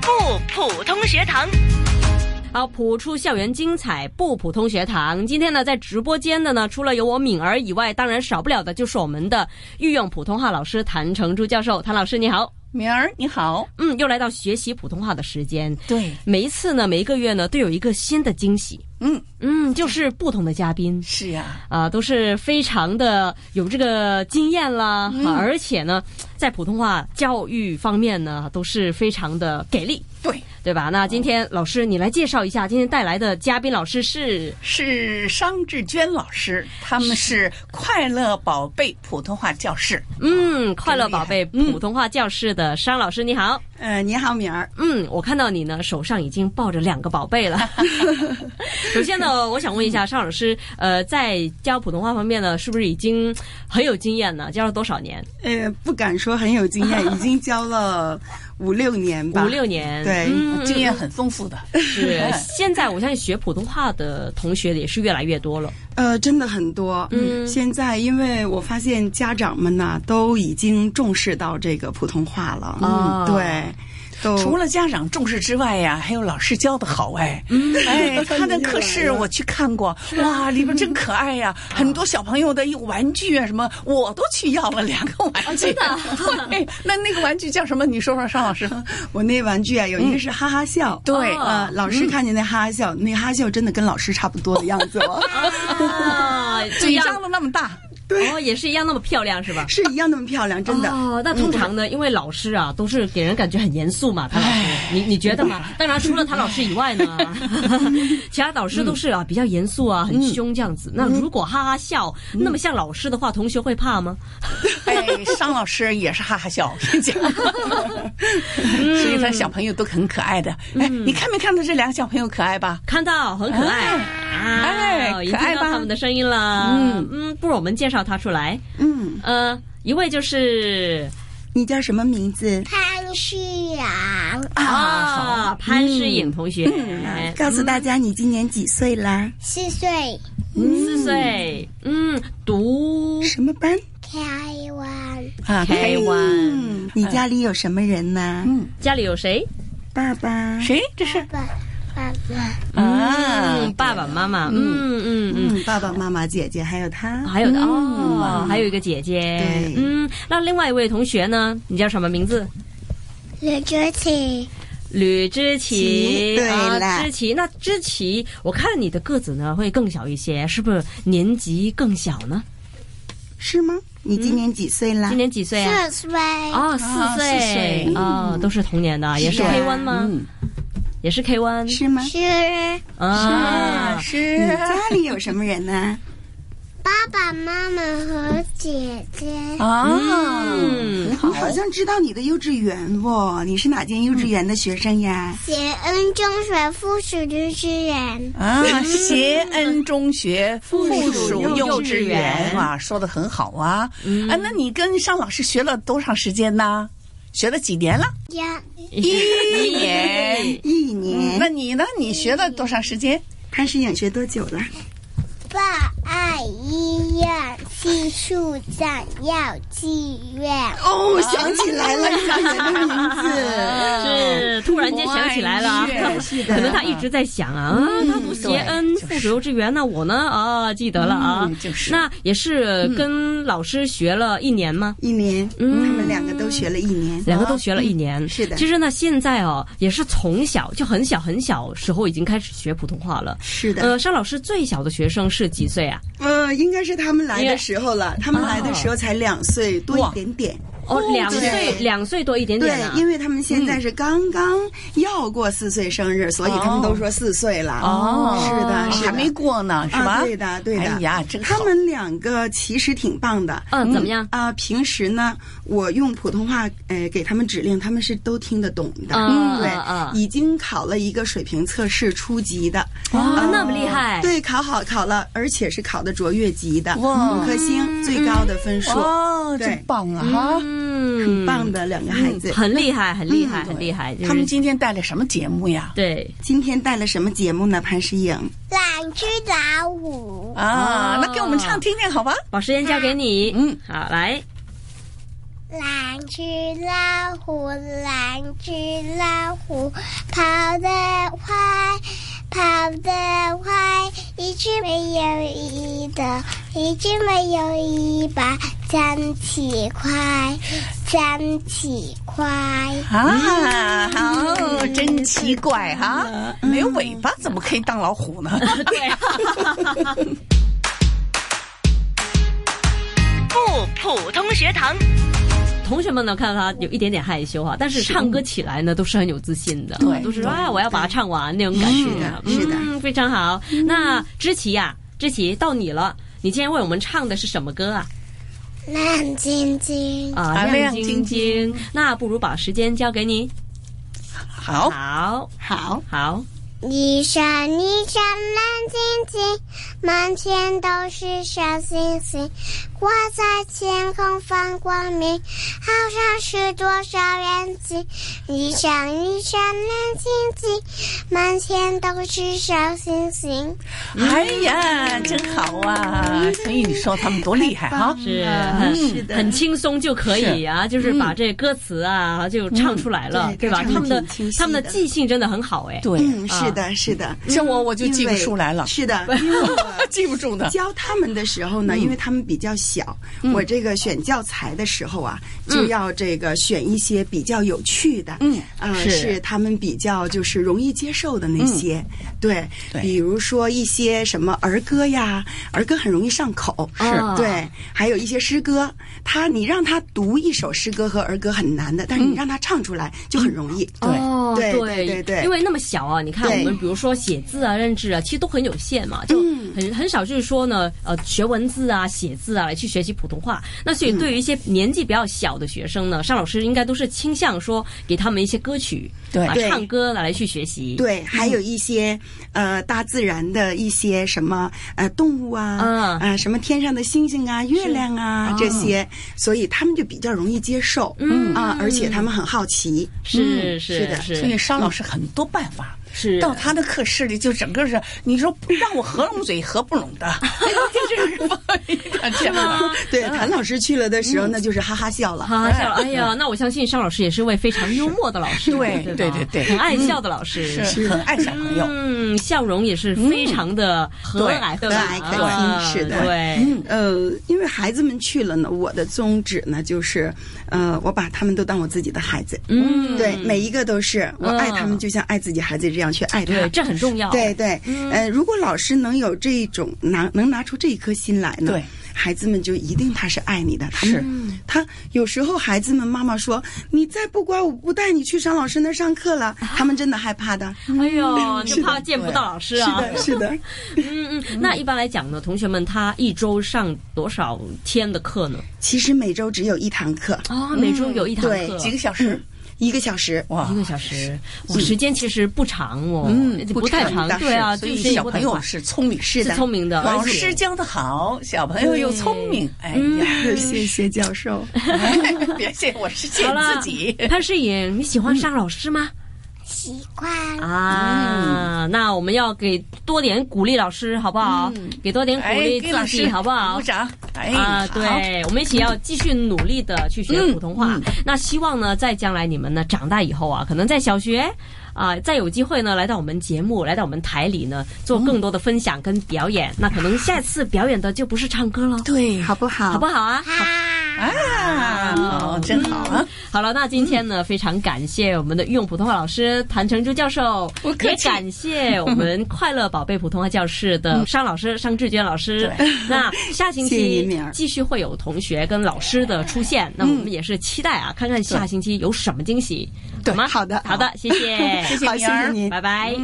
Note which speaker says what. Speaker 1: 普通学堂。
Speaker 2: 好，普出校园精彩不普通学堂。今天呢，在直播间的呢，除了有我敏儿以外，当然少不了的就是我们的御用普通话老师谭成珠教授。谭老师你好，
Speaker 3: 明儿你好，
Speaker 2: 嗯，又来到学习普通话的时间。
Speaker 3: 对，
Speaker 2: 每一次呢，每一个月呢，都有一个新的惊喜。
Speaker 3: 嗯，
Speaker 2: 嗯，就是不同的嘉宾
Speaker 3: 是呀、
Speaker 2: 啊、都是非常的有这个经验啦、
Speaker 3: 嗯
Speaker 2: 啊而且呢，在普通话教育方面呢，都是非常的给力。
Speaker 3: 对，
Speaker 2: 对吧？那今天老师，你来介绍一下今天带来的嘉宾老师是
Speaker 3: 是商志娟老师，他们是快乐宝贝普通话教室。
Speaker 2: 嗯，快乐宝贝普通话教室的商老师，你 好。
Speaker 3: 呃，你好，明儿，
Speaker 2: 嗯，我看到你呢，手上已经抱着两个宝贝了。 首先呢，我想问一下商老师，呃，在教普通话方面呢，是不是已经很有经验呢？教了多少年？
Speaker 4: 呃，不敢说很有经验，已经教了五六年 吧。
Speaker 2: 五六年。
Speaker 4: 对
Speaker 2: 嗯、
Speaker 3: 经验很丰富的。
Speaker 2: 是。现在我相信学普通话的同学也是越来越多 了。
Speaker 4: 呃，真的很多。
Speaker 2: 嗯
Speaker 4: 现在因为我发现家长们呐、都已经重视到这个普通话了。
Speaker 2: 啊
Speaker 4: 嗯，对，都
Speaker 3: 除了家长重视之外呀，还有老师教的好哎。 哎，他的课室我去看过，哇，里 边真可爱呀！很多小朋友的玩具啊，什么我都去要了两个玩哦具。真的？啊 对，那那个玩具叫什么？你说说，尚老 师。
Speaker 4: 我那玩具啊，有一个是哈哈笑。
Speaker 3: 对
Speaker 2: 哦
Speaker 4: 呃，老师看见那哈哈笑，
Speaker 2: 嗯
Speaker 4: 那哈哈笑真的跟老师差不多的样子哦了，
Speaker 2: 啊，这
Speaker 3: 嘴
Speaker 2: 样
Speaker 3: 张的那么大，
Speaker 2: 哦，也是一样那么漂亮是吧？
Speaker 4: 是一样那么漂亮，真的。
Speaker 2: 哦，那通常呢，因为老师啊都是给人感觉很严肃嘛，谭老师，你你觉得嘛？当然除了谭老师以外呢，其他导师都是啊比较严肃啊，很凶这样子。那如果哈哈笑那么像老师的话，同学会怕吗？
Speaker 3: 哎， 商老师也是哈哈笑， 我跟你讲，
Speaker 2: 嗯
Speaker 3: 所以他小朋友都很可爱的。哎，你看没看到这两个小朋友可爱吧？
Speaker 2: 看到很可爱，
Speaker 3: 哎
Speaker 2: 啊，已经
Speaker 3: 可爱
Speaker 2: 听
Speaker 3: 吧
Speaker 2: 到他们的声音了。嗯嗯，不如我们介绍他出来。
Speaker 4: 嗯，
Speaker 2: 呃，一位就是
Speaker 4: 你叫什么名字？
Speaker 5: 潘旭阳，
Speaker 2: 啊潘诗颖同学，哎
Speaker 4: 告诉大家你今年几岁啦？
Speaker 5: 四岁，
Speaker 2: 嗯四岁，嗯，读
Speaker 4: 什么班？
Speaker 5: 台湾，
Speaker 3: 啊，
Speaker 2: 台湾，
Speaker 4: 嗯，你家里有什么人呢？
Speaker 2: 家里有谁？
Speaker 4: 爸爸。
Speaker 3: 谁？这是
Speaker 5: 爸爸爸，
Speaker 3: 啊
Speaker 2: 嗯，，爸爸妈妈，嗯嗯嗯。
Speaker 4: 嗯，哎爸爸妈妈、姐姐还有他。
Speaker 2: 还有的哦，还有一个姐姐
Speaker 4: 对，
Speaker 2: 嗯，那另外一位同学呢？你叫什么名字？
Speaker 5: 刘哲琪，
Speaker 2: 吕知琪，
Speaker 4: 琪对
Speaker 2: 啊
Speaker 4: 啦
Speaker 2: 知琪。那知琪，我看你的个子呢会更小一些，是不是年级更小呢？
Speaker 4: 是吗？你今年几岁啦？
Speaker 2: 今年几岁啊？
Speaker 5: 四岁，
Speaker 2: 哦，四岁
Speaker 3: 四岁
Speaker 2: 哦，都是同年的，也是
Speaker 4: 是啊
Speaker 2: K one 吗？也是 K one
Speaker 4: 是吗？
Speaker 5: 是
Speaker 2: 啊，
Speaker 4: 你
Speaker 3: 是
Speaker 4: 家里有什么人 呢？
Speaker 5: 爸爸妈妈和姐姐，
Speaker 3: 啊，
Speaker 2: 嗯，
Speaker 4: 我好像知道你的幼稚园哦，你是哪间幼稚园的学生呀？
Speaker 5: 谢恩中学附属幼稚园，
Speaker 3: 啊，协恩中学附属幼稚
Speaker 2: 幼稚园嗯
Speaker 3: 园哇，说的很好啊。啊，那你跟尚老师学了多长时间呢？学了几年了？
Speaker 5: 呀，
Speaker 3: 一年。
Speaker 4: 一
Speaker 3: 嗯，那
Speaker 4: 年。
Speaker 3: 你呢？你学了多长时间？
Speaker 4: 潘石影学多久了？
Speaker 5: 爸爱医院，技术长要妓院，
Speaker 4: 哦，想起来了，你的名 字。
Speaker 2: 是突然间想起来了啊
Speaker 3: 我爱音乐，
Speaker 4: 是的
Speaker 2: 可能他一直在想啊，啊
Speaker 4: 嗯
Speaker 2: 他读协恩附属幼稚园呢，我呢啊记得了啊
Speaker 3: 嗯，就是
Speaker 2: 那也是
Speaker 4: 嗯
Speaker 2: 跟老师学了一年吗？
Speaker 4: 一年，他
Speaker 2: 嗯
Speaker 4: 们两个都学了一年。
Speaker 2: 两个都学了一年，
Speaker 4: 哦嗯是的
Speaker 2: 其实呢，现在哦，也是从小就很小很小时候已经开始学普通话了。
Speaker 4: 是的，
Speaker 2: 呃，沙老师最小的学生是几岁啊？
Speaker 4: 呃，应该是他们来的时候了。他们来的时候才两岁多一点点。
Speaker 2: 哦，两
Speaker 4: 对
Speaker 2: 岁，两岁多一点
Speaker 4: 对
Speaker 2: 点啊，。
Speaker 4: 因为他们现在是刚刚要过四岁生日，所以他们都说四岁了。
Speaker 3: 哦
Speaker 4: 是的，是的
Speaker 3: 还没过呢，是吧？
Speaker 4: 啊、对的，对的。
Speaker 3: 哎呀，真好
Speaker 4: 他们两个其实挺棒的。
Speaker 2: 嗯，怎么样？
Speaker 4: 啊、平时呢，我用普通话呃给他们指令，他们是都听得懂的。
Speaker 2: 嗯
Speaker 4: 对、
Speaker 2: 嗯嗯
Speaker 4: 已经考了一个水平测试初级的，
Speaker 3: 哦
Speaker 2: 啊，那么厉
Speaker 3: 哎
Speaker 2: 害。
Speaker 4: 哦对，考好考了，而且是考的卓越级的，
Speaker 3: 哇
Speaker 4: 五颗星最高的分数，
Speaker 3: 哦，
Speaker 4: 对
Speaker 3: 真棒啊！哈，
Speaker 2: 嗯，
Speaker 4: 很棒的两个孩
Speaker 3: 嗯
Speaker 4: 子。
Speaker 2: 很厉害，很厉害，
Speaker 4: 嗯
Speaker 2: 很厉害。就是
Speaker 3: 他们今天带来什么节目呀？
Speaker 2: 对，
Speaker 4: 今天带了什么节目呢？潘石颖，
Speaker 5: 懒去打舞。
Speaker 3: 啊
Speaker 2: 哦，
Speaker 3: 那给我们唱听听好吧？
Speaker 2: 把时间交给你。
Speaker 3: 嗯，
Speaker 2: 好，来，
Speaker 5: 两只老虎，两只老虎，跑得快，跑得快，一只没有一的，一只没有一把，站起快，站起快。
Speaker 4: 嗯
Speaker 3: 啊，好，真奇怪哈！
Speaker 4: 嗯
Speaker 3: 没有尾巴怎么可以当老虎呢？
Speaker 2: 对、啊，
Speaker 1: 不普通学堂。
Speaker 2: 同学们呢，看到他有一点点害羞哈、但是唱歌起来呢，都是很有自信的，
Speaker 3: 对
Speaker 2: 都是说哎，我要把它唱完那种感觉，
Speaker 4: 是的是的
Speaker 2: 嗯，非常好。那知琪呀、知琪到你了，你今天为我们唱的是什么歌啊？
Speaker 5: 亮晶晶，
Speaker 2: 啊，
Speaker 3: 啊亮
Speaker 2: 晶
Speaker 3: 晶
Speaker 2: 晶。那不如把时间交给你。
Speaker 3: 好，
Speaker 4: 哦
Speaker 2: 好，
Speaker 4: 好，
Speaker 2: 好，
Speaker 5: 一闪一闪亮晶晶，满天都是小星星，挂在天空放光明，好像是多少眼睛。一闪一闪亮晶晶，满天都是小星星。
Speaker 4: 嗯
Speaker 3: 哎呀，真好啊！所以你说他们多厉害哈！
Speaker 2: 是
Speaker 4: 嗯是的，
Speaker 2: 很轻松就可以啊，就是把这歌词啊就唱出来了，
Speaker 4: 嗯
Speaker 2: 对吧？
Speaker 4: 对
Speaker 2: 他们的
Speaker 4: 唱得挺清晰的
Speaker 2: 他们的记性真的很好哎。
Speaker 3: 对，
Speaker 4: 嗯，是的，是的，
Speaker 3: 像我我就记不
Speaker 4: 因为
Speaker 3: 出来了，
Speaker 4: 是的，因为我
Speaker 3: 记不住的。嗯
Speaker 4: 教他们的时候呢，因为他们比较小，我这个选教材的时候啊，
Speaker 3: 嗯
Speaker 4: 就要这个选一些比较有趣的，嗯，呃，
Speaker 2: 是
Speaker 4: 是他们比较就是容易接受的那些，对，
Speaker 3: 嗯对
Speaker 4: 比如说一些什么儿歌呀，儿歌很容易上口，
Speaker 2: 是啊
Speaker 4: 对，还有一些诗歌，他你让他读一首诗歌和儿歌很难的，但是
Speaker 3: 嗯
Speaker 4: 你让他唱出来就很容易，
Speaker 2: 哦，
Speaker 4: 对
Speaker 2: 对
Speaker 4: 对对对
Speaker 2: 因为那么小啊，你看
Speaker 4: 对
Speaker 2: 我们比如说写字啊、认字啊，其实都很有限嘛，就
Speaker 4: 嗯
Speaker 2: 很很少就是说呢，呃，学文字啊、写字啊来去学习普通话。那所以对于一些年纪比较小的学生呢，尚老师应该都是倾向说给他们一些歌曲，
Speaker 3: 对
Speaker 2: 啊，
Speaker 4: 对
Speaker 2: 唱歌来去学习，
Speaker 4: 对，还有一些、呃大自然的一些什么呃动物啊，
Speaker 2: 嗯哦
Speaker 4: 呃什么天上的星星啊、月亮啊这些，所以他们就比较容易接受，嗯啊、而且他们很好奇，
Speaker 2: 是
Speaker 4: 嗯
Speaker 2: 是
Speaker 4: 是的
Speaker 2: 是
Speaker 3: 所以沙老师很多办法。
Speaker 2: 是
Speaker 3: 到他的课室里就整个是，你说让我合拢嘴合不拢 的， 就是这样的。
Speaker 4: 对，谭老师去了的时候，那就是哈哈笑了。
Speaker 2: 嗯哈哈笑了，哎呀，那我相信尚老师也是位非常幽默的老师，对吧
Speaker 3: 对
Speaker 2: 嗯
Speaker 3: 对对对
Speaker 2: 很爱笑的老师，
Speaker 3: 是很爱小朋友。
Speaker 2: 嗯，笑容也是非常的嗯和蔼，
Speaker 4: 对
Speaker 2: 吧
Speaker 4: 和蔼可亲
Speaker 2: 啊
Speaker 4: 是的
Speaker 2: 对，
Speaker 4: 呃，因为孩子们去了呢，我的宗旨呢就是，呃，我把他们都当我自己的孩子，
Speaker 2: 嗯
Speaker 4: 对，每一个都是我爱他
Speaker 2: 嗯
Speaker 4: 们，就像爱自己孩子这样去爱他。
Speaker 2: 对，这很重要，
Speaker 4: 对对，呃，如果老师能有这种拿能拿出这一颗心来呢，
Speaker 3: 对
Speaker 4: 孩子们就一定他是爱你的。他们他有时候孩子们妈妈说：“你再不乖，我不带你去张老师那儿上课了。”他们真的害怕的。
Speaker 2: 哎呦，
Speaker 3: 嗯
Speaker 2: 就是
Speaker 4: 的
Speaker 2: 怕见不到老师
Speaker 4: 是
Speaker 2: 啊，
Speaker 4: 的，是的，
Speaker 2: 嗯嗯，那一般来讲呢，同学们他一周上多少天的课呢？
Speaker 4: 其实每周只有一堂课，
Speaker 2: 啊，每周有一堂
Speaker 4: 对
Speaker 2: 课，嗯
Speaker 3: 几个小时，
Speaker 4: 一个小时。
Speaker 3: 哇
Speaker 2: 一！个小时，哇时间其实不长哦，
Speaker 3: 嗯
Speaker 2: 不太
Speaker 3: 不
Speaker 2: 长，
Speaker 3: 长
Speaker 4: 的
Speaker 2: 对啊，
Speaker 3: 所
Speaker 2: 就是
Speaker 3: 以
Speaker 2: 也
Speaker 3: 小
Speaker 2: 不
Speaker 3: 朋
Speaker 2: 太
Speaker 3: 友
Speaker 2: 长
Speaker 3: 是聪明，
Speaker 4: 是
Speaker 2: 是
Speaker 4: 的
Speaker 2: 聪明的，
Speaker 3: 老
Speaker 2: 而且
Speaker 3: 师教的好，小朋友又聪明。哎呀，
Speaker 4: 谢谢教授。
Speaker 3: 别谢我是谢
Speaker 2: 嗯好啦
Speaker 3: 自己。嗯
Speaker 2: 潘诗颖，你喜欢上老师吗？
Speaker 5: 喜欢
Speaker 2: 啊，那我们要给多点鼓励老师，好不好？给多点鼓
Speaker 3: 哎，
Speaker 2: 励
Speaker 3: 给
Speaker 2: 自
Speaker 3: 老
Speaker 2: 己，
Speaker 3: 师
Speaker 2: 好不好
Speaker 3: 鼓？掌。哎，
Speaker 2: 啊，
Speaker 3: 好，
Speaker 2: 对，我们一起要继续努力的去学普通话。
Speaker 3: 嗯
Speaker 2: 那希望呢，在将来你们呢长大以后啊，可能在小学啊、再有机会呢来到我们节目，来到我们台里呢做更多的分享跟表演。那可能下次表演的就不是唱歌了，
Speaker 3: 对，
Speaker 4: 好不好？
Speaker 2: 好不好啊？
Speaker 3: 啊，
Speaker 2: 嗯
Speaker 3: 好，真好啊。
Speaker 2: 好了，那今天呢，非常感谢我们的御用普通话老师谭成珠教授，也感谢我们快乐宝贝普通话教室的商老师、商志娟老师。那下星
Speaker 4: 嗯谢谢
Speaker 2: 期
Speaker 4: 您敏儿嗯
Speaker 2: 继续会有同学跟老师的出现，那我们也是期待啊，看看下星期有什么惊喜，好吗？
Speaker 4: 好的
Speaker 2: 好的，谢谢，
Speaker 4: 好，谢谢您，嗯
Speaker 2: 拜拜。